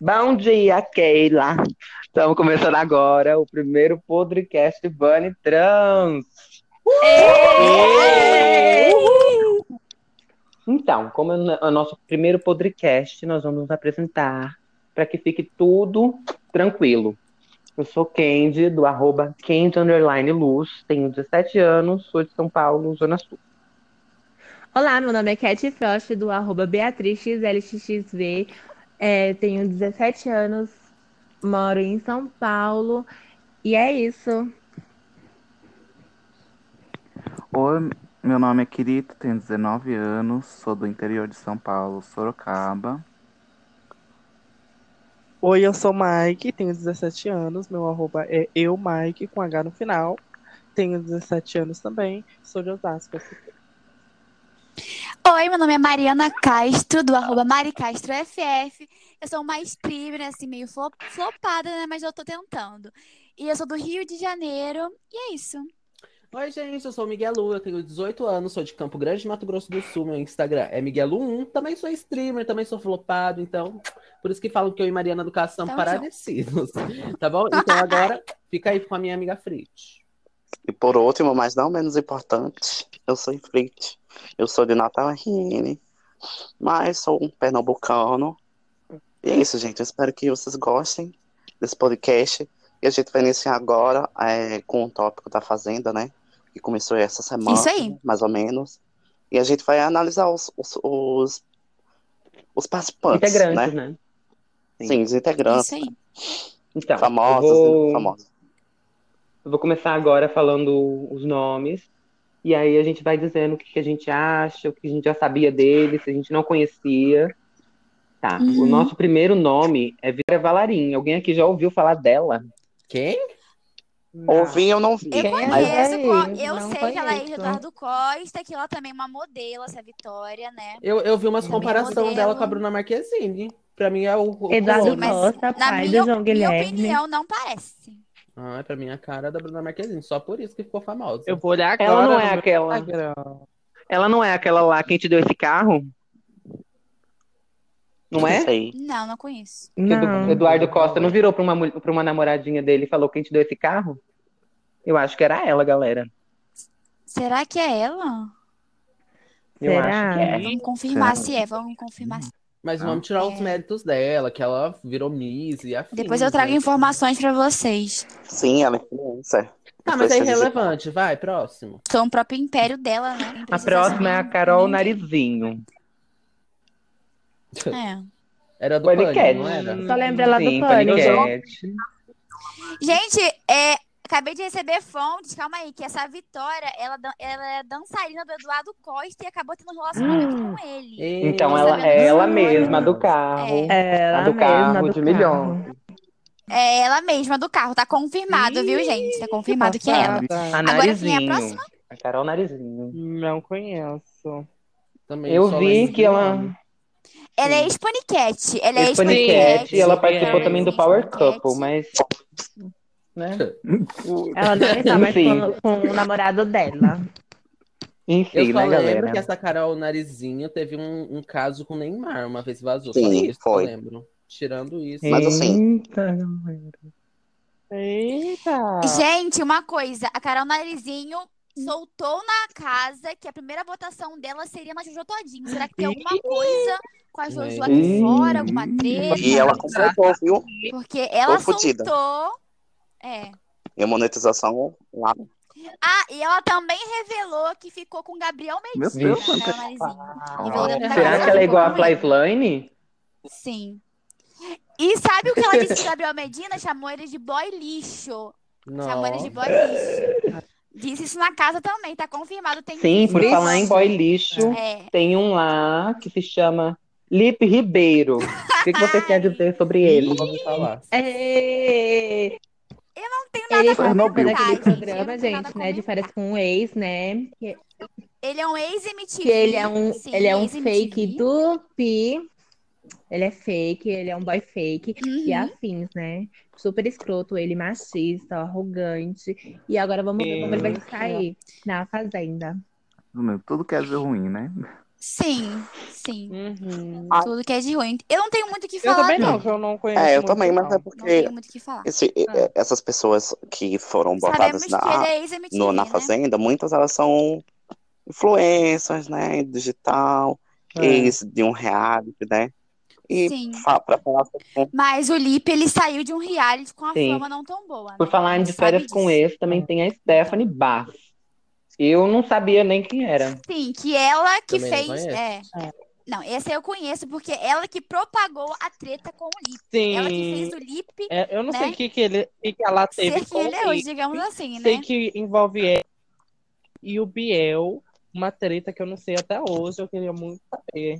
Bom dia, Keila. Estamos começando agora o primeiro podcast Bunny Trans. Ê! Então, como é o no- é o nosso primeiro podcast, nós vamos nos apresentar para que fique tudo tranquilo. Eu sou Candy, do arroba Candy Underline Luz, tenho 17 anos, sou de São Paulo, Zona Sul. Olá, meu nome é Cat Frost, do arroba BeatrizXLXXV. É, tenho 17 anos, moro em São Paulo. E é isso. Oi, meu nome é Kirito, tenho 19 anos, sou do interior de São Paulo, Sorocaba. Oi, eu sou Mike, tenho 17 anos, meu arroba é eu, Mike, com H no final. Tenho 17 anos também, sou de Osasco. assim. Oi, meu nome é Mariana Castro, do arroba MariCastroFF. Eu sou uma streamer, assim, meio flo- flopada, né? Mas eu tô tentando. E eu sou do Rio de Janeiro. E é isso. Oi, gente, eu sou o Miguel Lu, eu tenho 18 anos, sou de Campo Grande, Mato Grosso do Sul, meu Instagram é Miguelu1, também sou streamer, também sou flopado, então, por isso que falam que eu e Mariana do Caso são Tamo parecidos, tá bom? Então agora, fica aí com a minha amiga Frit. E por último, mas não menos importante, eu sou Infrit. Eu sou de Natal RN, mas sou um pernambucano. E é isso, gente. Eu espero que vocês gostem desse podcast. E a gente vai iniciar agora é, com o tópico da Fazenda, né? Que começou essa semana, Isso aí. mais ou menos. E a gente vai analisar os, os, os, os participantes, Integrantes, né? né? Sim, os É integrantes, isso aí. Então, famosos, eu vou... famosos. Eu vou começar agora falando os nomes, e aí a gente vai dizendo o que, que a gente acha, o que a gente já sabia dele, se a gente não conhecia. Tá, o Uhum. nosso primeiro nome é Vitória Valarim. Alguém aqui já ouviu falar dela? Quem? Ouvi ou não vi. Eu Quem é? conheço, Ei, co- eu não sei que ela é conheço. Eduardo Costa, que ela também é uma modelo, essa Vitória, né? Eu, eu vi umas Minha comparação modelo. dela com a Bruna Marquezine, pra mim é o... o Eduardo Sim, mas clone. Costa, na pai minha, do João minha Guilherme. opinião, não parece. Ah, é pra mim é a cara da Bruna Marquezine, só por isso que ficou famosa. Eu vou olhar agora tá Ela não no é meu aquela. Instagram. Ela não é aquela lá quem te deu esse carro? Não é? sei. Não, não conheço. Edu- Não. Eduardo Costa não virou pra uma, mul- pra uma namoradinha dele e falou quem te deu esse carro? Eu acho que era ela, galera. Será que é ela? Eu Será? acho que é. Hum, Vamos confirmar Será? se é, vamos confirmar. se- Mas Ah. vamos tirar os É. méritos dela, que ela virou Miss e afins, Depois eu é. trago né? informações pra vocês. Sim, ela é influencer. Ah, mas é Influencer digital. irrelevante, vai, próximo. Sou um próprio império dela, né? Não A precisa próxima é a saber Carol ninguém. Narizinho. É. Era do Pânico, né? Pânico, não era? Só lembra ela do Sim, Pânico. Panicat. Gente, é, acabei de receber fontes, calma aí, que essa Vitória, ela, dan- ela é dançarina do Eduardo Costa e acabou tendo um relacionamento com ele. Ei, Então não ela sabia é disso, ela não. mesma do carro. É, Ela a do mesma, carro do de carro. milhões. É ela mesma do carro, tá confirmado, viu, gente? Tá confirmado que é ela. Passada. A Agora quem é a Narizinho. próxima? A Carol Narizinho. Não conheço. Também é, Eu só vi lembro que do ela. nome. Ela é ex-paniquete, ela é Panicat, ex-paniquete. e ela participou também do Power Paniquete. Couple, mas. Né? Ela não está mais Enfim. com, com o namorado dela. Eu Enfim, só né, lembro galera? que essa Carol Narizinho teve um, um caso com o Neymar, uma vez vazou. só Sim, isso que eu foi. lembro. Tirando isso. Mas assim- Eita, Eita! tá. Gente, uma coisa, a Carol Narizinho soltou na casa que a primeira votação dela seria na Jojo Todinho. Será que tem alguma coisa com a Jojo aqui Ih. fora, alguma treta? E ela consertou, viu? Porque ela Tô fodida. soltou. É. E a monetização lá. Ah, e ela também revelou que ficou com Gabriel Meu Medina. Deus, né, quanta- Marizinha? Ah. tá Olha, Será que ela é igual a Fly Slane? Sim. E sabe o que ela disse de Gabriel Medina? Chamou ele de boy lixo. Chamou ele de boy lixo. Disse isso na casa também, tá confirmado. Tem Sim, vídeo. por falar em boy lixo, É. tem um lá que se chama Lipe Ribeiro. O que, que você quer dizer sobre ele? Não vou falar. É... Tem nada Ele a foi Chernobyl. daquele comentar, gente. Eu programa, não tenho nada a gente, né? De comentar. férias com um ex, né? Que, Ele é um ex-MTV. que ele é um, Sim, ele é um ex-MTV. fake do Pi. Ele é fake, ele é um boy fake Uhum. e afins, né? Super escroto, ele machista, arrogante. E agora vamos ver como ele vai sair na fazenda. Tudo quer dizer ruim, né? Sim, sim. Uhum. Ah. Tudo que é de ruim. Eu não tenho muito o que Eu falar. também não, não. porque eu não conheço. É, eu muito, também, mas não. é Não porque tenho muito o que falar. esse- Ah. essas pessoas que foram Sabemos botadas que ele na, é ex-MTV, no, na né? Fazenda, muitas elas são influencers, né? Digital, É. É. ex de um reality, né? E Sim. fa pra falar sobre. Mas o Lipe, ele saiu de um reality com a Sim. fama não tão boa, né? Por falar Ele de sabe férias com disso. Ah. ex, também tem a Stephanie Bach. Eu não sabia nem quem era. Sim, que ela que Também não fez. conheço. É. Não, essa eu conheço, porque ela que propagou a treta com o Lipe. Sim. Ela que fez o Lipe É, eu não sei o né? que, que, ele, que, que ela teve ser com quem ele é ele. hoje, digamos assim, sei né? que envolve ele e o Biel, uma treta que eu não sei até hoje, eu queria muito saber.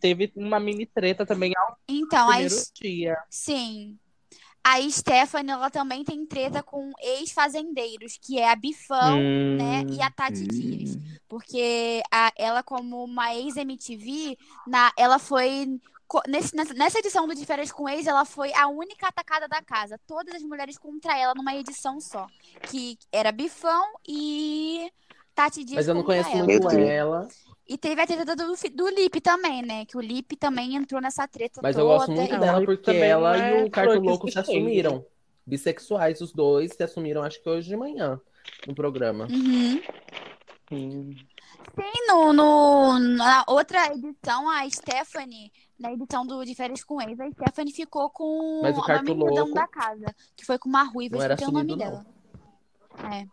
Teve uma mini treta também ao Então, a, primeiro Es- dia. sim. A Stephanie, ela também tem treta com ex-fazendeiros, que é a Bifão, Hum, né? E a Tati Dias. Porque a, ela, como uma ex-MTV, na, ela foi. co- Nesse, nessa, nessa edição do De Férias com Ex, ela foi a única atacada da casa. Todas as mulheres contra ela numa edição só. Que era Bifão e Tati Dias. Mas eu não contra conheço é, ela. Meu muito Deus. ela. E teve a treta do, do Lipe também, né? Que o Lipe também entrou nessa treta Mas toda. eu gosto muito e- dela Não, porque também ela não é e o Carto flor que Louco se se cheire. assumiram. Bissexuais, os dois se assumiram, acho que hoje de manhã, no programa. Uhum. hum. E no, no- na outra edição, a Stephanie, na edição do De Férias com Ex, a Stephanie ficou com Mas o uma Carto menina Louco- da casa, que foi com uma ruiva, Não eu um era esqueci o nome assumido, dela. É.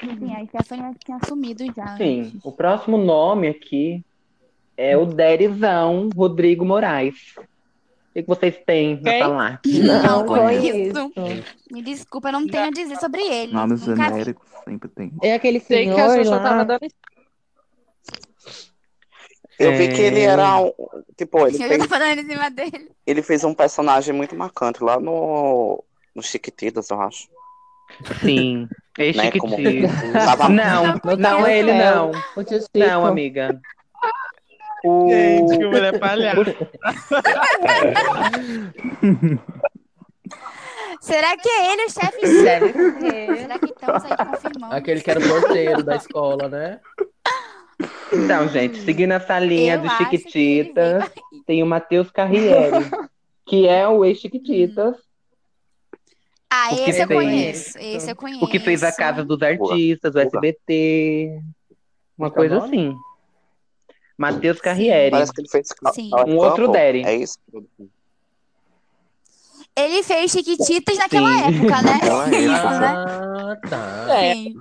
Sim, a Stephanie tinha assumido já. Sim, antes. o próximo nome aqui é o Derizão Rodrigo Moraes. O que que vocês têm a Quem? falar? Não Não conheço. conheço. Me desculpa, eu não tenho a dizer sobre ele. Nomes Nunca vi. genéricos sempre tem. É aquele Sei que a senhor Xuxa lá. tava dando Eu vi que É. ele era um. Tipo, ele Eu já fez, tô falando em cima dele. ele fez um personagem muito marcante lá no. No Chiquititas, eu acho. Sim, é Né? Como... Chiquititas. Tava... Não, Não Tipo, não é ele, não. O tio Chico. Não, amiga. O... Gente, que mulher palhaça. Será que é ele o chefe? Deve ser. Será que estamos aí confirmando? Aquele que era o porteiro da escola, né? Então, gente, seguindo essa linha Eu de acho que ele Chiquititas, tem o Matheus Carriere, que é o ex-Chiquititas, Ah, O que esse eu fez- conheço. Esse eu conheço. o que fez a Casa dos Artistas, o Boa. SBT, uma Qual que é coisa o nome? assim. Matheus Sim. Carriere. Parece que ele fez Cla- Sim. Cloud Um outro Couple. Derry. É isso? Ele fez Chiquititas naquela Sim. época, né? Naquela É Isso, né? Ah, tá. É. Sim.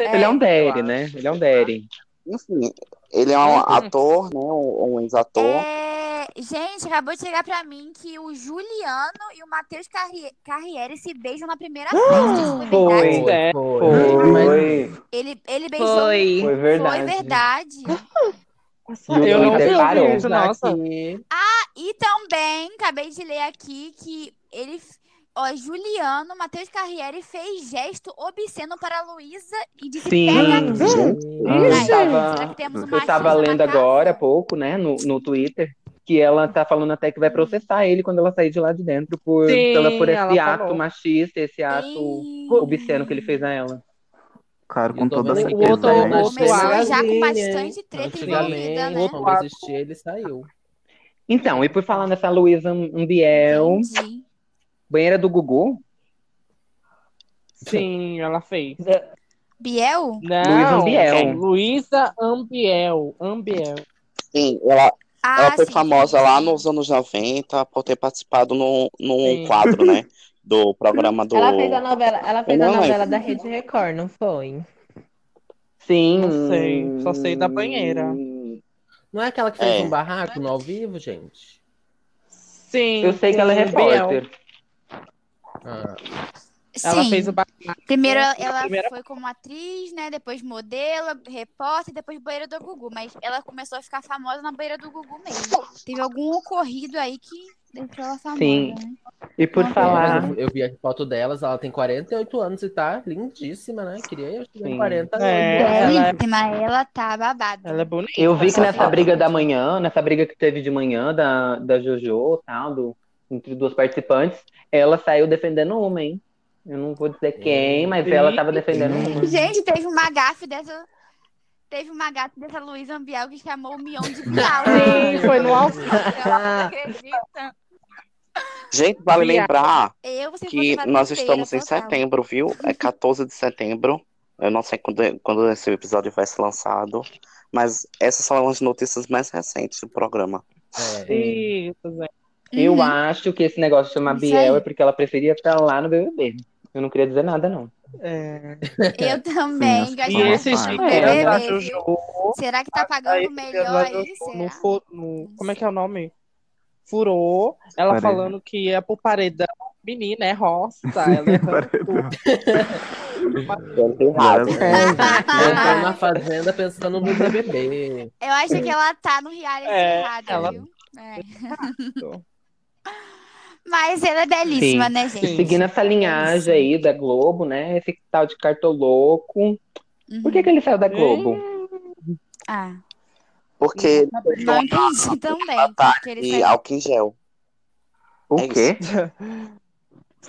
Ele é um Derry, eu né? Ele é um Derry. Enfim, ele é um Uhum. ator, né? Um, um ex-ator. É, Gente, acabou de chegar pra mim que o Juliano e o Matheus Carri- Carriere se beijam na primeira festa. Isso foi Ah, Foi. verdade? é, foi. Foi, Ele, ele beijou. Foi. foi Foi É verdade. verdade. Eu Eu não ainda vi o parou. vídeo, nossa. Aqui. E também, acabei de ler aqui que ele. Ó, Juliano, Matheus Carriere fez gesto obsceno para Luísa e disse: Sim. pega aqui. Eu Ai, será tava, que temos um eu tava machismo na lendo casa? agora há pouco, né, no, no Twitter, que ela tá falando até que vai processar ele quando ela sair de lá de dentro por, Sim, pela, por esse ela ato falou. machista, esse ato Sim. obsceno que ele fez a ela. Claro, E com o toda Domênico certeza, outro- Monteiro né? outro Começou ato- já com Brasília, bastante treta envolvida, Antigamente, né? quando existia, ele saiu. Então, e por falar nessa Luísa Ambiel, Entendi. banheira do Gugu, Sim, ela fez. Biel? Não, é Ambiel. Luísa Ambiel. Ambiel. Sim, ela, Ah, ela foi sim, famosa sim, lá sim. nos anos 90 por ter participado num, num Sim. quadro, né? Do programa do. Ela fez a novela, ela fez Eu a não lembro. novela da Rede Record, não foi? sim. Não sei, só sei Hum. da banheira. Hum. Não é aquela que É. fez um barraco no ao vivo, gente? Sim. Eu sei que ela é Ambiel. repórter. Ah, Ela Sim. fez o ba- Primeiro Sim, ela primeira- foi como atriz, né? Depois modelo, repórter, depois banheira do Gugu. Mas ela começou a ficar famosa na banheira do Gugu mesmo. Teve algum ocorrido aí que deixou ela famosa, Sim. né? E por Não, é, falar. mas eu, eu vi a foto delas, ela tem 48 anos e tá lindíssima, né? Queria eu chegar Sim. em 40 É, anos. ela, Belíssima, ela tá babada. ela é bonita. Eu vi que essa nessa foto. briga da manhã, nessa briga que teve de manhã da, da Jojo, tal, do, entre duas participantes, ela saiu defendendo uma, hein? é Uhum. Eu não vou dizer quem, mas ela tava defendendo uma. Gente, teve uma gafe dessa. teve uma gata dessa Luísa Ambiel que chamou o Mion de Bial. Sim, foi no ao- Então, acredita? Gente, vale Viado. lembrar Eu, você que nós estamos em setembro, viu? É 14 de setembro. Eu não sei quando, quando esse episódio vai ser lançado, mas essas são as notícias mais recentes do programa. é, Isso, gente. Eu acho que esse negócio de chamar Isso Biel aí. é porque ela preferia estar lá no BBB. Eu não queria dizer nada, não. É. Eu também. Sim, gosto E Sim, muito esse rapaz. do dia É, é, da BBB, viu? Jojo. Será que tá Aí, pagando melhor da aí? Jojo no, Será? fu- no- como é que é o nome? Furou. Ela Paredão. falando que é pro paredão. Menina, é roça. Ela é Sim, tudo. paredão. Errado. Ah. Entrou na fazenda pensando no BBB. Eu acho que ela tá no reality É, errado, ela- viu? É. Mas ela é belíssima, Sim. né, E gente? seguindo essa linhagem aí da Globo, né? Esse tal de cartoloco. Uhum. Por que, que ele saiu da Globo? Ah, Porque não entendi né? também. tá Porque ele e saiu- álcool em gel. O É quê?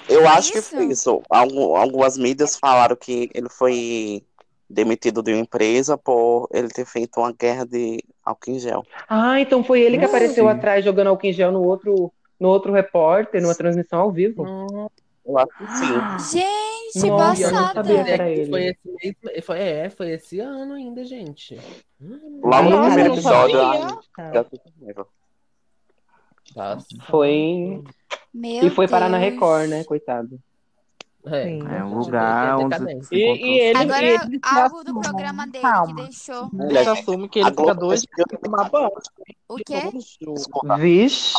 Eu Foi acho que isso? foi isso. Algu- algumas mídias falaram que ele foi demitido de uma empresa por ele ter feito uma guerra de álcool em gel. Ah, então foi ele que Não apareceu sei. atrás jogando álcool em gel no outro, no outro repórter, numa transmissão ao vivo. Nossa, Eu acho que sim. Ah, Gente, Nossa, eu não passada. sabia que era ele. Foi esse mesmo, foi, é, foi esse ano ainda, gente. Hum, Logo no Nossa, primeiro eu não episódio, sabia. ai, Então, eu tô com raiva. Tá. Foi. Meu E foi parar na Deus. Record, né? Coitado. É, né? Sim. É um Gente, lugar é onde decadência. se E- e encontrou- ele- Agora, ele algo do assim, assume. programa né? dele que Calma. deixou. Ele assume que ele A Globo fica dois decidiu dias sem tomar banho. O quê? Desculpa. Vixe.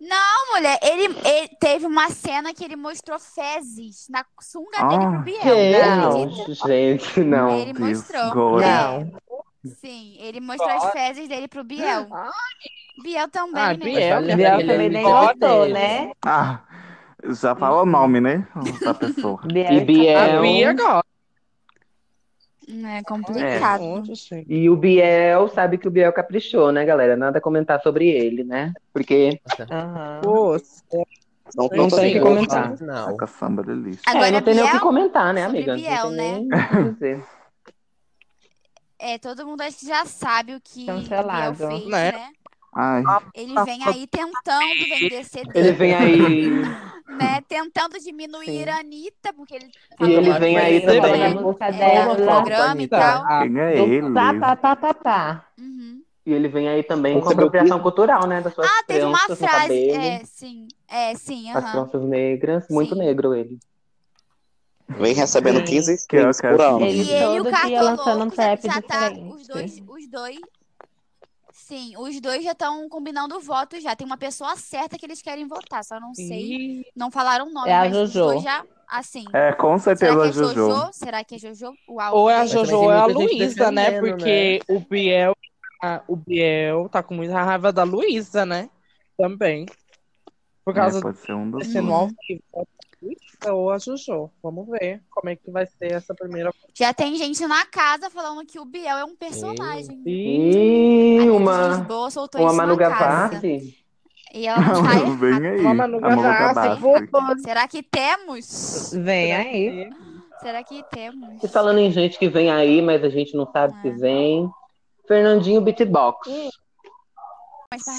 Não, mulher, ele, ele- teve uma cena que ele mostrou fezes na sunga dele pro Ah, Biel. Não, Acredita? gente, não. Ele Deus, mostrou. gore. Não. É, sim, ele mostrou as fezes dele pro Biel. Ai. Biel também, Ah, né? Biel, minha É, Biel filha, também ele nem gosta gostou, dele. né? Ah, já fala o nome, né? Da pessoa. Biel E escapou. A É Biel. um Bia gosta. É complicado. né? Onde, gente? E o Biel, sabe que o Biel caprichou, né, galera? Nada a comentar sobre ele, né? Porque Aham. Poxa. Não, Não tô tem o que sentindo. comentar. A Não. caçamba de lixo. é, Agora, não tem nem o que Biel, comentar, né, sobre amiga? Biel, não tem né? nem o que dizer. É, todo mundo acho que já sabe o que Cancelado. Biel fez, Né? né? Ai, Ele vem aí tentando vender CD, Ele vem aí. né? Tentando diminuir Sim. a Anitta, porque ele E ele falou vem que aí Ele falou também. da né? música é, no dela. né? programa e tal. quem é Do ele? pá, tá- pá, pá, pá, pá. Uhum. E ele vem aí também Você com a me ouviu? apropriação cultural, né? Das suas Ah, teve uma crianças no frase. cabelo. É, sim. É, sim, As aham. crianças negras. Muito Sim. negro ele. Vem recebendo Sim. 15 Que eu streams quero por ano. que- Ele E ele e o todo dia lançando um Cartoloco já, trap já tá. Os dois, diferente. os dois. Sim, os dois já estão combinando o voto já. Tem uma pessoa certa que eles querem votar, só não sei. Ih, Não falaram o nome, É a mas os Jojo. dois já. Assim. É, com Será que certeza é a Jojo. Jojo? Será que é Jojo? Uau. Ou é a Mas Jojo também ou é a tem muita gente Luísa, né? defendendo, Porque o Biel, ah, o Biel tá com muita raiva da Luísa, né? Também. Por É, causa pode ser um do dos sendo Uhum. ao vivo. né? a Luísa ou a Jojo. Vamos ver como é que vai ser essa primeira. Já tem gente na casa falando que o Biel é um personagem. A E Nina uma. Lisboa soltou Uma isso Manu na casa. Gavassi. E ela não tá Vem errada. um aí, Toma no a Malu Gavassi, Gavassi. voa. Será que temos? Vem aí. Será que temos? E falando em gente que vem aí, mas a gente não sabe Ah. se vem. Fernandinho Beatbox. Umas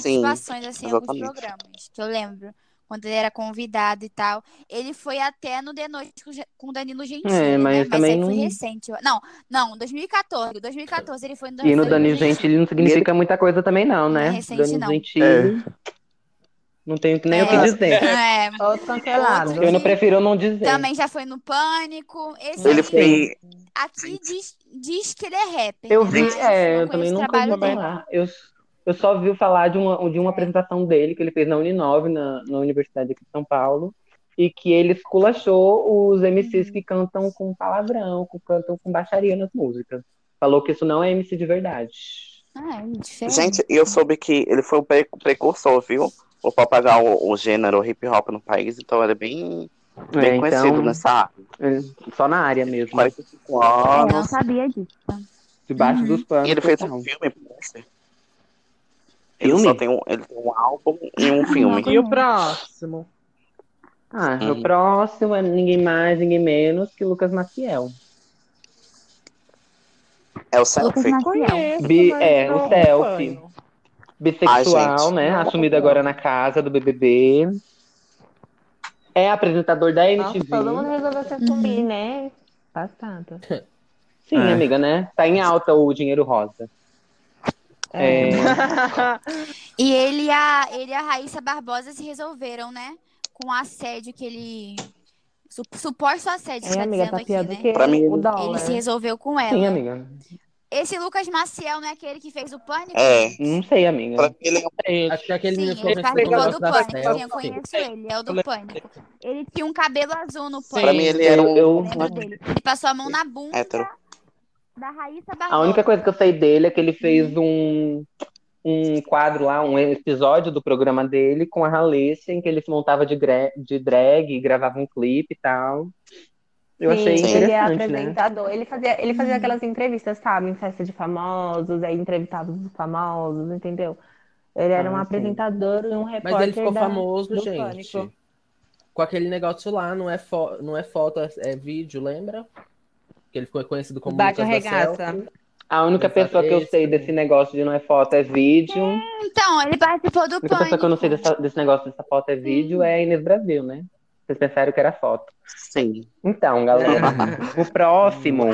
Sim, participações, assim, em alguns exatamente. programas, que eu lembro. Quando ele era convidado e tal. Ele foi até no The Noite com Ge- com Danilo Gentili, É, mas né? Mas também aí foi não- recente. eu- Não, não, 2014. 2014 ele foi no E no Danilo Gentili. Gentili não significa muita coisa também, não, Não é né? recente, Danilo não. Gentili. É, Não tenho nem o que É. dizer. É, Todo cancelado. Outro Eu não prefiro não dizer. Também já foi no Pânico. Esse Ele aí, foi. aqui diz, diz que ele é rapper. Eu né? vi, Mas é, eu conheço também o nunca ouvi trabalho dele. É. falar. Eu, eu só vi falar de uma, de uma apresentação dele que ele fez na Uninove, na, na Universidade aqui de São Paulo, e que ele esculachou os MCs Uhum. que cantam com palavrão, que cantam com baixaria nas músicas. Falou que isso não é MC de verdade. Ah, é diferente. Gente, eu soube que ele foi o pre- precursor, viu? O propagar o, o gênero hip hop no país, então ele é bem, É, bem conhecido né? então, nessa área. é, só na área mesmo. 45 anos. não sabia disso. Debaixo Uhum. dos panos. E ele fez total. um filme, parece. Ele só Filme? tem um, ele tem um álbum e um filme. E o próximo? Ah, Uhum. o próximo é ninguém mais, ninguém menos que Lucas Maciel. É o Lucas selfie. Maciel. Bi- mas é, não o selfie. acompanho. Ah, Ai, Bissexual, gente. né? Assumido agora na casa do BBB. É apresentador da Nossa, MTV. todo mundo resolveu se assumir, né? Passado. Sim, É. amiga, né? Tá em alta o dinheiro rosa. É. E ele e, a, ele e a Raíssa Barbosa se resolveram, né? Com o assédio que ele. Su, suposto assédio, É, está amiga, dizendo tá aqui, pior né? do que né? Pra mim, o ele- dólar. Ele se resolveu com É. ela. Sim, amiga. Esse Lucas Maciel não é aquele que fez o pânico? É. Não sei, Pra amiga. mim, ele é um Ele- Acho que aquele Sim, menino que ele começou começou participou jogando a do pra pânico, pastel. sim, eu selfie. conheço ele, é o do Sim. pânico. Ele tinha um cabelo azul no Sim. pânico, Pra mim, ele É, tá. era Eu- eu- um eu lembro dele. Ele passou a mão na bunda hétero. da Raíssa Barbosa. A única coisa que eu sei dele é que ele fez um, um quadro lá, um episódio do programa dele com a Halessia, em que ele se montava de, gre- de drag e gravava um clipe e tal. Eu achei Sim, ele é interessante, né? apresentador. Ele fazia, ele fazia aquelas entrevistas, sabe? Em festa de famosos, aí entrevistava os famosos, entendeu? Ele era Ah, um sim. apresentador e um repórter. Mas ele ficou da- famoso, do gente. Pânico. Com aquele negócio lá, não é, fo- não é foto, é- é vídeo, lembra? Que ele ficou conhecido como Bate Lucas ou da regaça. Selfie. A única é Exato, pessoa que eu esse sei também. né? desse negócio de não é foto é vídeo. Então, ele participou do A única pessoa que eu não sei pânico. dessa- desse negócio dessa foto é vídeo é a Inês Brasil, né? Vocês pensaram que era foto. Sim. Então, galera, É. o próximo.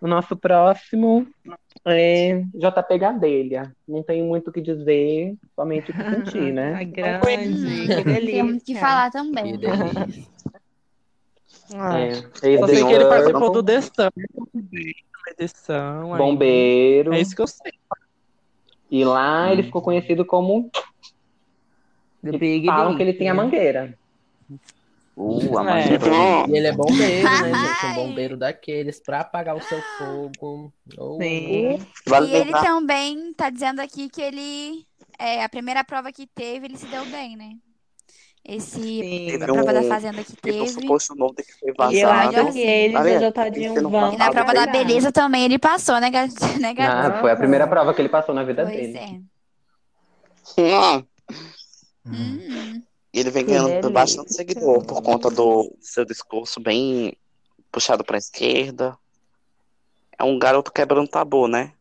O nosso próximo é JP Gadelha. Não tem muito o que dizer, somente o que sentir, né? A grande, que Hum, Temos delícia. que falar Que também. delícia. É. Ah, Ex Eu sei que ele The participou do Circle, Destão. Edição, aí. um Bombeiro. É isso Hum. que eu sei. E lá ele ficou conhecido como. The Big Falam Big. que ele tem a mangueira. Uh, a É. mangueira. E ele é bombeiro, né, gente? Um Ai. bombeiro daqueles pra apagar o seu fogo. Oh. Sim. Vale e ele lembrar- também tá dizendo aqui que ele. É, a primeira prova que teve, ele se deu bem, né? Esse Sim. Teve a prova um- da fazenda que Teve um teve. suposto nome que foi E eu vazado. acho que ele e o Olha, Jojo isso Todinho não vão. E na fala prova da brigar. beleza também ele passou, né, gat- né garoto? Ah, foi a primeira prova que ele passou na vida Pois dele. é. Hum. Hum. E ele vem Que ganhando delícia. bastante seguidor por conta do seu discurso bem puxado pra esquerda. É um garoto quebrando tabu, né?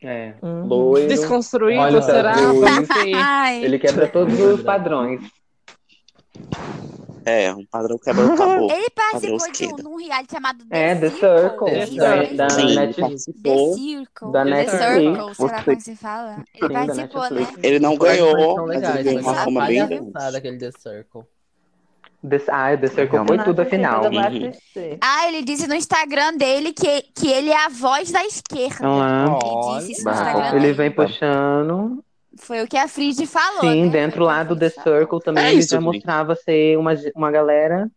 É. Hum. Uhum. Loiro. Desconstruído, Olha, será? Jesus. Pode ser. Ai. Ele quebra todos os padrões. É, um padrão quebrando tabu. Ele Padrão participou de um, esquerda. num reality chamado The É, The Circle. Circle. é The isso da, mesmo? da Sim, ele Netflix. The participou. Circle. Da The Netflix. Circle, sei lá Você- como se fala. Ele Sim, da participou, Netflix. né? Ele um não ganhou, mas ele legais, ganhou Ele uma só fama fez, bem viu? grande. palhaçada aquele The Circle. The, ah, The Circle Eu foi não tudo, assisti, mas afinal. eu vou Uhum. assistir. Ah, ele disse no Instagram dele que, que ele é a voz da esquerda. Vamos lá. Ele disse isso no Olha. Instagram é. Ele dele. vem puxando. Foi o que a Frid falou, Sim, né? dentro Foi o que a lá do Frid The falou. Circle também É ele isso, já gente. mostrava ser uma, uma galera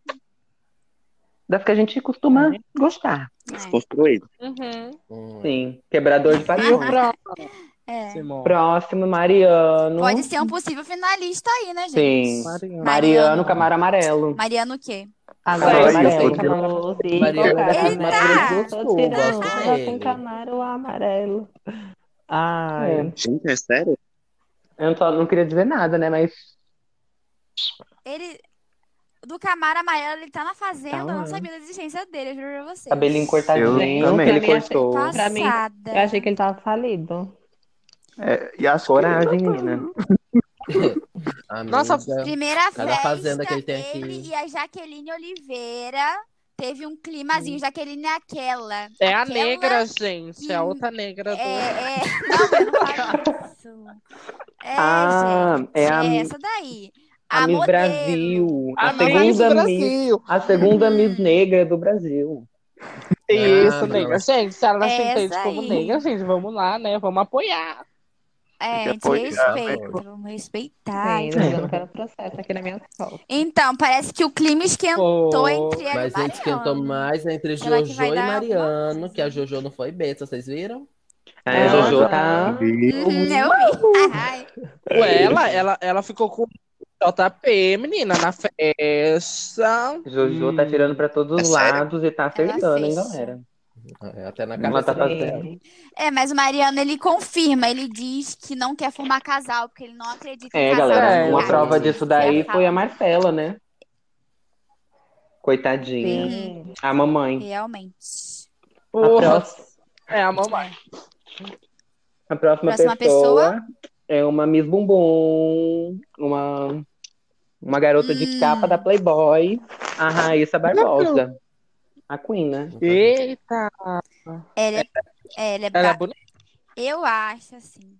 das que a gente costuma Uhum. gostar. Desconstruído. Uhum. Hum, Sim, quebrador de E o Ah, padrões. próximo, É. Simone? Próximo, Mariano. Pode ser um possível finalista aí, né, gente? Sim. Mariana. Mariano, Camaro Amarelo. Mariano o quê? Agora Ai, o Mariano Deus, com Camargo Mariana Zico, é cara, daqui do Mato Grosso do Mato Sul, Grosso, gosto com dele. Camaro amarelo. Ai, É. Gente, é sério? Eu não, tô- não queria dizer nada, né? Mas Ele. Do Camaro Amarelo, ele tá na fazenda. Tá eu não lá. sabia da existência dele, eu juro pra vocês. cabelinho cortadinho, também. que ele Pra mim, achei- cortou. Passada. pra mim, É. eu achei que ele tava falido. É, e acho que Coragem, né? menina. Amiga, Nossa, Primeira Cada fazenda festa, que ele tem aqui. ele e a Jaqueline Oliveira teve um climazinho. Jaqueline é aquela. É a Aquela negra, gente. É a que- outra negra do. É, é... Não, eu não falo isso. É, Ah, gente. é a- essa daí. A, Miss modelo. Brasil. A, A Miss segunda Miss. Brasil. A segunda Miss Negra do Brasil. Isso, Ah, negra. nossa. Gente, se ela não se Essa entende como aí. negra, gente, vamos lá, né? Vamos apoiar. É, Tem que a gente né? apoiar, respeita. Vamos respeitar. Sim, mas eu não quero processo aqui na minha escola. Então, parece que o clima esquentou Pô, entre ela e o Mas a gente esquentou é Mariano. mais é entre Será que Jojo vai e dar alguma Mariano, coisa? que a Jojo não foi bem, vocês viram? É, Ah, Jojo tá. tá. Uhum, eu vi. Ai, Ué, ela, ela, ela ficou com o JP, menina, na festa. Jojo tá tirando pra todos os É sério? lados e tá acertando, hein, fez. galera? É, Até na Ela cabeça tá tá fazendo. É, mas o Mariano, ele confirma, ele diz que não quer formar casal, porque ele não acredita em É, casal. galera, É, uma eu- prova Ele disso quer daí falar. foi a Marcela, né? Coitadinha. Sim. A mamãe. Realmente. A, Porra, pró- é a mamãe. a próxima, Próxima pessoa, é uma Miss Bumbum, uma, uma garota de Hum. capa da Playboy, a Raíssa é Barbosa. A Queen, né? Eita, Ela é, ela é ela é ba- bonita. Eu acho, assim.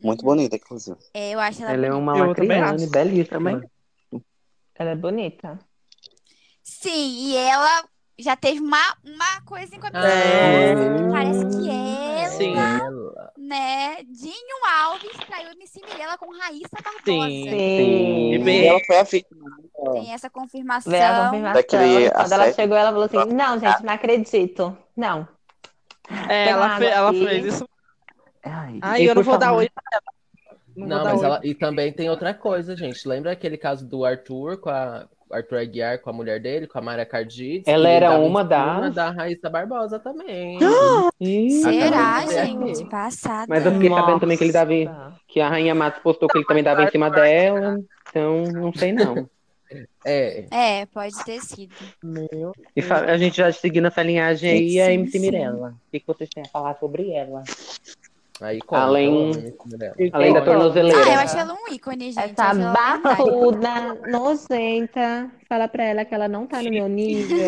Muito bonita, inclusive. É, eu acho ela, Ela é bonita. uma Eu também lacriane, acho. belíssima. Ela é bonita. Sim, e ela já teve uma, uma coisinha com a minha É. que parece que ela, assim, Sim, né? Dinho Alves traiu MC Mirella com Raíssa Barbosa. Sim. Sim. Sim. E bem- E ela foi a vítima. Tem essa confirmação. Veio a confirmação. Daquele Quando ela assédio. chegou, ela falou assim: Não, gente, não acredito. Não. É, ela, água fe- ela aqui. fez isso. Ai, Ai, E eu não por vou dar favor. oi pra ela. Não, Não, vou dar mas oi. ela. E também tem outra coisa, gente. Lembra aquele caso do Arthur com a. Arthur Aguiar com a mulher dele, com a Mara Cardides. Ela que ele era dava em uma cima das- da Raíssa Barbosa também. Ih, Será, Acabei de ver gente? aqui. Passada. Mas eu fiquei sabendo também que ele dava em- Nossa. que a Rainha Matos postou que ele também dava em cima dela. Então, não sei não. É. É, pode ter sido. Meu. E fa- a gente já seguindo essa linhagem aí, Sim, a sim, MC sim. Mirella. O que, que vocês têm a falar sobre ela? Aí conta. Além- eu amo esse dela. Além da Olha, tornozeleira. Ah, eu acho ela um ícone, gente. Eu Essa acho ela lendária. bafuda, nojenta. Fala pra ela que ela não tá no meu nível.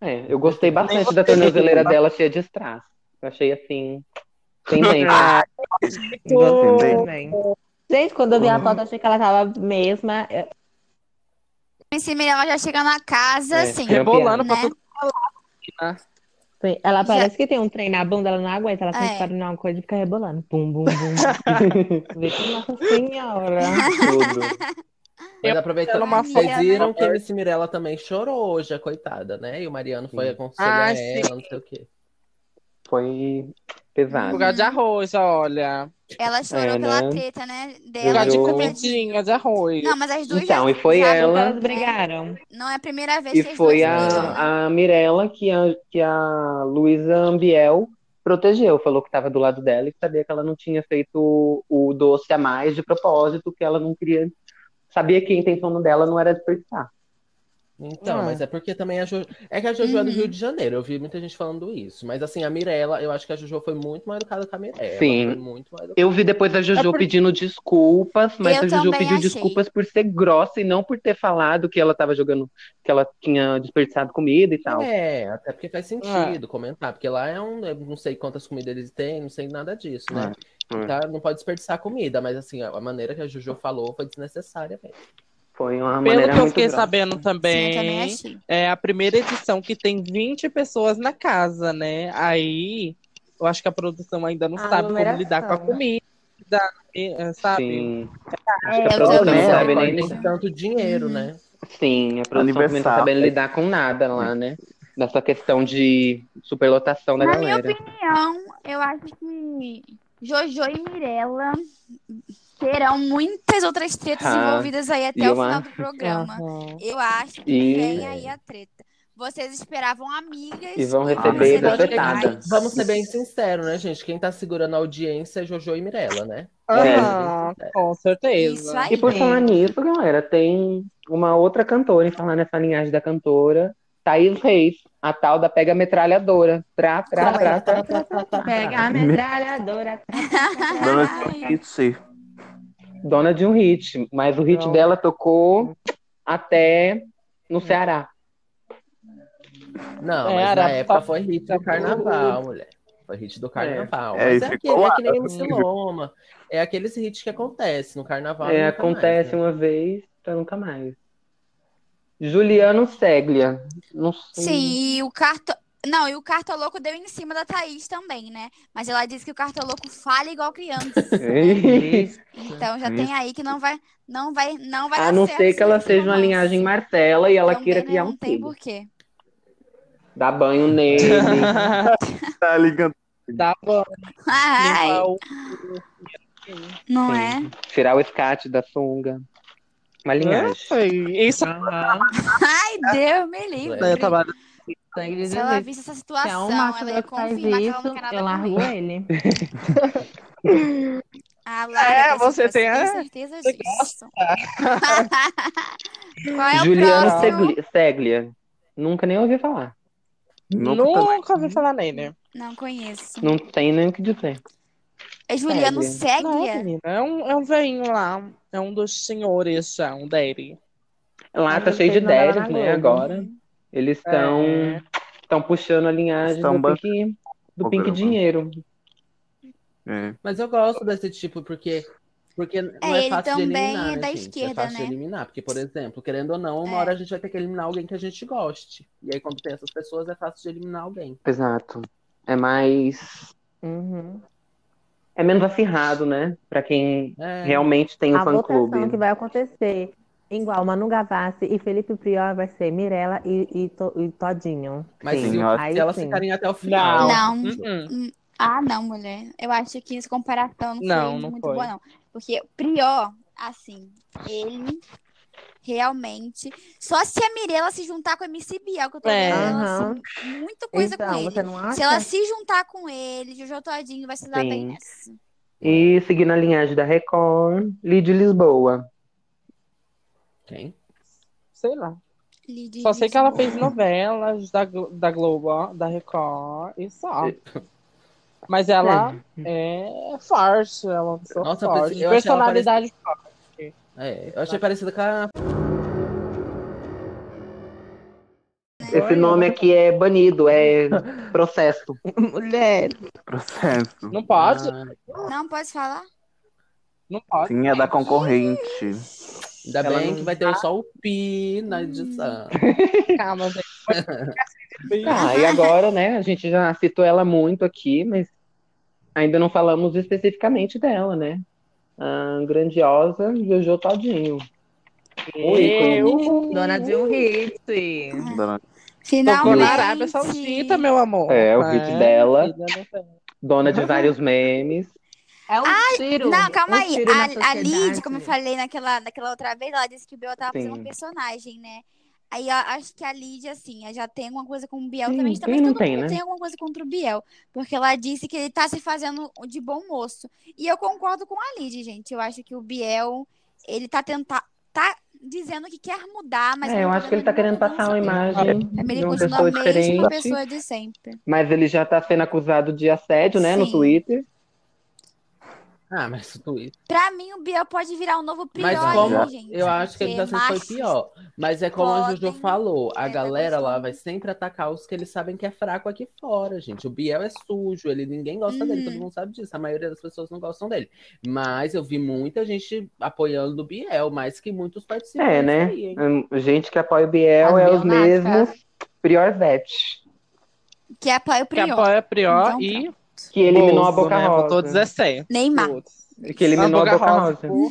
É, eu gostei bastante da tornozeleira dela cheia de strass. Eu achei assim. Tendência. Entendeu? Também. Gente, quando eu vi a foto, achei que ela tava mesma. Eu- MC Mirella já chega na casa, É, assim, rebolando né? pra todo Sim, Ela parece que tem um trem na bunda, ela não aguenta, ela É. tem que fazer uma coisa e fica rebolando. Bum, bum, bum. Vixe, Nossa senhora. Tudo. Mas Ela é aproveitando, uma fofa. vocês viram que a MC Mirella também chorou hoje, a coitada, né? E o Mariano foi Sim. aconselhar Ah, ela, sim. não sei o quê. Foi pesado. um Lugar de arroz, olha. Ela chorou É, pela né? treta, né? Dela. Lugar de Jurou. comidinha de arroz. Não, mas as duas Então, já, e foi já- ela- Elas brigaram. Não é a primeira vez E que as foi duas brigam, né? a, a Mirella que a, que a Luísa Ambiel protegeu, falou que estava do lado dela e que sabia que ela não tinha feito o, o doce a mais de propósito, que ela não queria. Sabia que a intenção dela não era desperdiçar. Então, Ah. mas é porque também a Jojo. É que a Jojo é do Uhum. Rio de Janeiro, eu vi muita gente falando isso. Mas assim, a Mirella, eu acho que a Jojo foi muito mais educada que a Mirella. Sim. Foi muito mais educada. Eu vi depois a Jojo É porque- pedindo desculpas, mas Eu a Jojo também pediu achei. desculpas por ser grossa e não por ter falado que ela estava jogando, que ela tinha desperdiçado comida e tal. É, até porque faz sentido comentar, porque lá é um. eu não sei quantas comidas eles têm, não sei nada disso, né? É, é. Tá, não pode desperdiçar comida, mas assim, a a maneira que a Jojo falou foi desnecessária, velho. Foi uma Pelo maneira que eu muito fiquei grossa. sabendo Sim, também, eu também achei. é a primeira edição que tem 20 pessoas na casa, né? Aí eu acho que a produção ainda não A sabe como numeração. lidar com a comida, né? sabe? Sim. É, Acho que a eu produção também não sabe acho. nem Nesse tanto dinheiro, né? Sim, a produção também não tá Aniversário. sabendo lidar com nada lá, né? Nessa questão de superlotação da Na minha galera. opinião, eu acho que Jojo e Mirella terão muitas outras tretas Ah, envolvidas aí até eu o final do acho. programa. Aham. Eu acho que E- vem aí a treta. Vocês esperavam amigas E vão receber vão receber bofetada. rivais. Vamos ser bem sinceros, né, gente? Quem tá segurando a audiência é Jojo e Mirella, né? Aham, com certeza. Isso aí. E por Sim. falar nisso, galera, tem uma outra cantora, e falar nessa linhagem da cantora, Thaís Reis, a tal da Pega Metralhadora. Trá, trá, Como trá, é? trá. Pega a metralhadora. tá Dona Titi. Dona de um hit, mas o hit Não. dela tocou até no Ceará. Não, É, mas era na época pra- foi hit do carnaval, mulher. Foi hit do carnaval. É, mas é, e aquele, ficou é lá. que nem o Siloma. É aqueles hits que acontecem no carnaval. É, nunca mais, acontece né? uma vez pra nunca mais. Juliano Seglia. Não sei. Sim, e o cartão. Não, e o cartoloco deu em cima da Thaís também, né? Mas ela disse que o cartoloco fala igual criança. um Então já tem aí que não vai, não vai, não vai A dar não certo ser esse que ela lance seja uma romance. linhagem Marcela e ela Também, queira né, criar um assim, Não tem filho. porquê. Dá banho nele. Tá ligando. Dá bom. Ai, limpar o- não Sim. é? Tirar o escate da sunga. Uma linhagem. Nossa, né? Isso Ai, Deus me livre. É, eu tava Sangue de Se ela Jesus. visse essa Se é situação, um macho ela meu ia que faz confirmar que ela não quer isso, nada eu largo comigo. ele. Ah, É, larga, você tem a- tenho certeza disso. Qual é o Juliano É próximo? Segli- Seglia. Nunca nem ouvi falar. Nunca Nunca ouvi falar nele. Não conheço. Não tem nem o que dizer. É Juliano Sério? Não, Seglia? menina. É um, é um veinho lá. É um dos senhores já, um dele. Lá Mas tá não cheio de tem novela Derek, na né? Globo. Agora. Eles estão É. estão puxando a linhagem Estão do Pink, do Pink programa. Dinheiro. É. Mas eu gosto desse tipo, porque, porque não é ele fácil de também eliminar, é né, da gente? esquerda, é fácil né? de eliminar, porque, por exemplo, querendo ou não, uma É. hora a gente vai ter que eliminar alguém que a gente goste. E aí, quando tem essas pessoas, é fácil de eliminar alguém. Exato. É mais. Uhum. É menos acirrado, né? Pra quem É. realmente tem um A votação que fã-clube. vai acontecer, igual Manu Gavassi e Felipe Prior, vai ser Mirella e, e, to- e Todinho. Mas Sim, se, ó. se Aí elas sim. ficarem até o final. Não. Uhum. Ah, não, mulher. Eu acho que essa comparação não foi Não, não muito foi. boa, não. Porque Prior, assim, ele realmente. Só se a Mirella se juntar com a MC Biel, que eu tô É. vendo ela Aham. assim, muita coisa com Então, ele. você não acha? Se ela se juntar com ele, Jojo Todinho vai se dar bem Sim. nessa. E seguindo a linhagem da Record, Lid Lisboa. Quem? Sei lá. Lidy Só sei que ela fez Lisboa. novelas da, Glo- da Globo, ó, da Record e só. Mas ela é, forte, ela é uma pessoa Nossa, eu forte. pensei- eu achei personalidade forte. É, eu achei parecida com a. Esse nome aqui é banido, é processo. Mulher. Processo. Não pode? Ah, Não, pode falar? Não pode. Sim, é da concorrente. Ainda Ela bem não- que vai ter só o Pi na edição. Calma, gente. Ah, e agora, né? A gente já citou ela muito aqui, mas ainda não falamos especificamente dela, né? A grandiosa Jojo Todinho. O ícone. Eu Dona de um hit. Dona- tocou Finalmente. na Arábia Saudita, meu amor. É, o hit dela. filha, não tem. Dona de vários memes. É um tiro. Não, calma um aí. tiro na A, a Lid, sociedade. como eu falei naquela, naquela outra vez, ela disse que o Biel tava fazendo Sim. um personagem, né? Aí eu acho que a Lid, assim, já tem alguma coisa com o Biel Sim, também. quem Também não todo tem, mundo né? tem alguma coisa contra o Biel. Porque ela disse que ele tá se fazendo de bom moço. E eu concordo com a Lid, gente. Eu acho que o Biel, ele tá tentando. Tá dizendo que quer mudar, mas. É, eu acho que ele tá querendo passar uma imagem Ele de uma continua pessoa a mesma diferente. pessoa de sempre. Mas ele já tá sendo acusado de assédio, né, no Sim. Twitter. Ah, mas o Twitter. Pra mim, o Biel pode virar um novo pior Mas aí, como gente. eu acho que a educação porque foi machos- pior. Mas é como a Jojo podem falou, a é, galera lá negociar. vai sempre atacar os que eles sabem que é fraco aqui fora, gente. O Biel é sujo, ele ninguém gosta dele, Uhum. todo mundo sabe disso. A maioria das pessoas não gostam dele. Mas eu vi muita gente apoiando o Biel, mais que muitos participantes. É, né? aí, hein? Hum, Gente que apoia o Biel As é os neonatas. mesmos Priorvete, Que apoia o é Que Prior. apoia Prior Então, e que eliminou a Tipo, Bozo, Boca né? Botou Rosa. 17. Neymar. Putz. Que eliminou a Boca Boca Rosa. pô.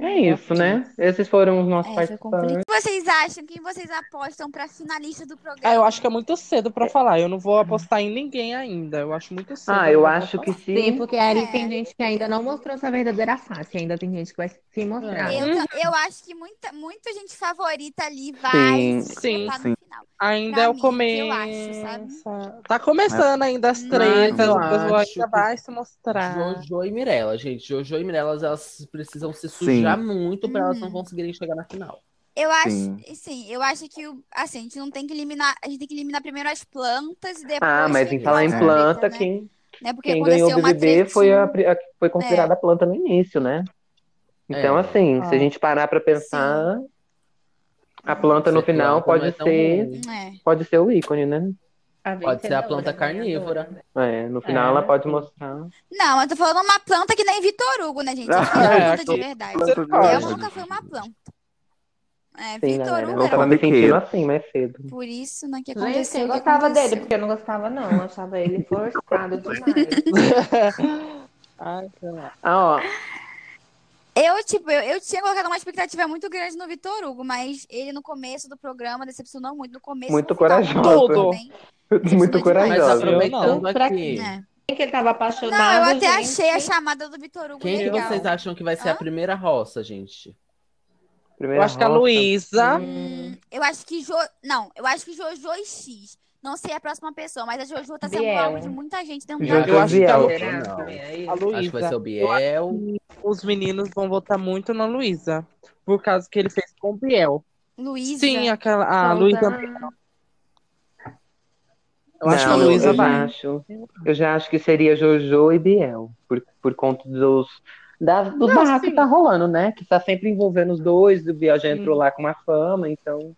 É isso, né? Esses foram os nossos É, foi participantes. complicado. O que vocês acham? Quem vocês apostam pra finalista do Ah, programa? eu acho que é muito cedo pra falar. Eu não vou apostar em ninguém ainda. Eu acho muito cedo. Ah, eu acho que Sim, sim. porque ali É. tem gente que ainda não mostrou sua verdadeira face. Ainda tem gente que vai se mostrar. Eu, Uhum. eu acho que muita, muita gente favorita ali vai Sim, se sim, botar sim. no final. Ainda Pra é o mim, começo. eu acho, sabe? Tá começando ainda as Mas tretas. eu O pessoal acho ainda que vai se mostrar. Jojo e Mirella, gente. Jojo e Mirella, elas precisam se sujar muito pra elas não Uhum. conseguirem chegar na final. Eu acho, Sim. sim. eu acho que o- assim, a gente não tem que eliminar, a gente tem que eliminar primeiro as plantas e depois Ah, mas quem em falar em mais planta, aproveita, né? quem, Né? Porque quem aconteceu ganhou o uma É. BBB foi, a, tretinha. pri- a que foi considerada planta no início, né? Então, É. assim, se a gente parar pra pensar, a planta no Sei lá, final como pode é tão ser, ruim. É. pode ser o ícone, né? Pode ser a planta carnívora. É, no final É. ela pode mostrar. Não, eu tô falando uma planta que nem Vitor Hugo, né, gente? Eu É, tô falando planta de aqui- verdade. Você Biel pode. nunca foi uma planta. É, Sim, né, Vitor galera. Hugo Eu era tava uma me sentindo Piqueiro. assim mais cedo. Por isso, né, que Gente, aconteceu. é eu o que gostava aconteceu. dele, porque eu não gostava, não. Eu achava ele forçado demais. Ai, sei lá. Ah, ó. Eu, tipo, eu, eu tinha colocado uma expectativa muito grande no Vitor Hugo, mas ele no começo do programa decepcionou muito. No começo, Muito no final, corajoso. tudo bem, Muito Mas Mas assim, corajosa. aproveitou. aproveitando não. Pra aqui, né? que ele tava apaixonado. Não, eu até gente. achei a chamada do Vitor Hugo quem que legal. vocês acham que vai ser a primeira roça, gente? Primeira Eu acho que a roça. Luísa. Hum, Eu acho que Jo... Não, eu acho que Jojo e X. Não sei a próxima pessoa, mas a Jojo tá sendo Biel. alvo de muita gente dentro Jojo da Eu acho que a Biel. Lu- será? não. Tá É a isso. Acho que vai Luísa. ser o Biel. Os meninos vão votar muito na Luísa. Por causa que ele fez com o Biel. Luísa. tá. Sim, aquela, a Falta- Luísa Eu acho que a Não, Luísa eu vai. já acho. Eu já acho que seria Jojo e Biel, por, por conta dos. Da, do Não, barraco sim. que tá rolando, né? Que tá sempre envolvendo os dois. O Biel já entrou lá com uma fama, então.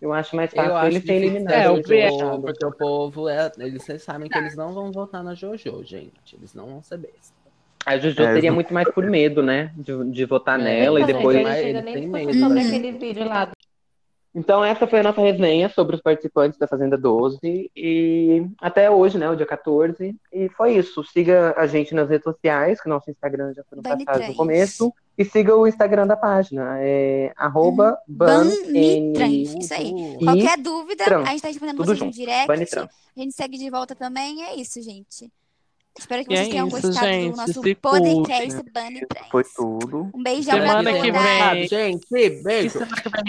Eu acho mais fácil Eu acho ele ser difícil eliminado. É, o do Jojo, Biel. jogo. Porque o povo, é, eles vocês sabem que eles não vão votar na Jojo, gente. Eles não vão ser besta. A Jojo É, teria não- muito mais por medo, né? De, de votar É. nela e Então, depois. mas- A gente ele ainda nem tem discutiu medo, sobre né? aquele vídeo lá. Então, essa foi a nossa resenha sobre os participantes da Fazenda 12. E até hoje, né? O dia 14. E foi isso. Siga a gente nas redes sociais, que o nosso Instagram já foi no Dani passado Trans. no começo. E siga o Instagram da página. É arroba Uhum. ban- Bani Trans, N- isso aí. Uh, E Qualquer dúvida, trans. a gente tá respondendo Tudo vocês no junto. direct. Bani Trans. A gente segue de volta também. É isso, gente. Espero que E é vocês tenham isso, gostado gente. do nosso Se né? podcast Bunny Trans. Foi tudo. Um beijão Semana pra que todos. vem. Gente, beijo. Isso vai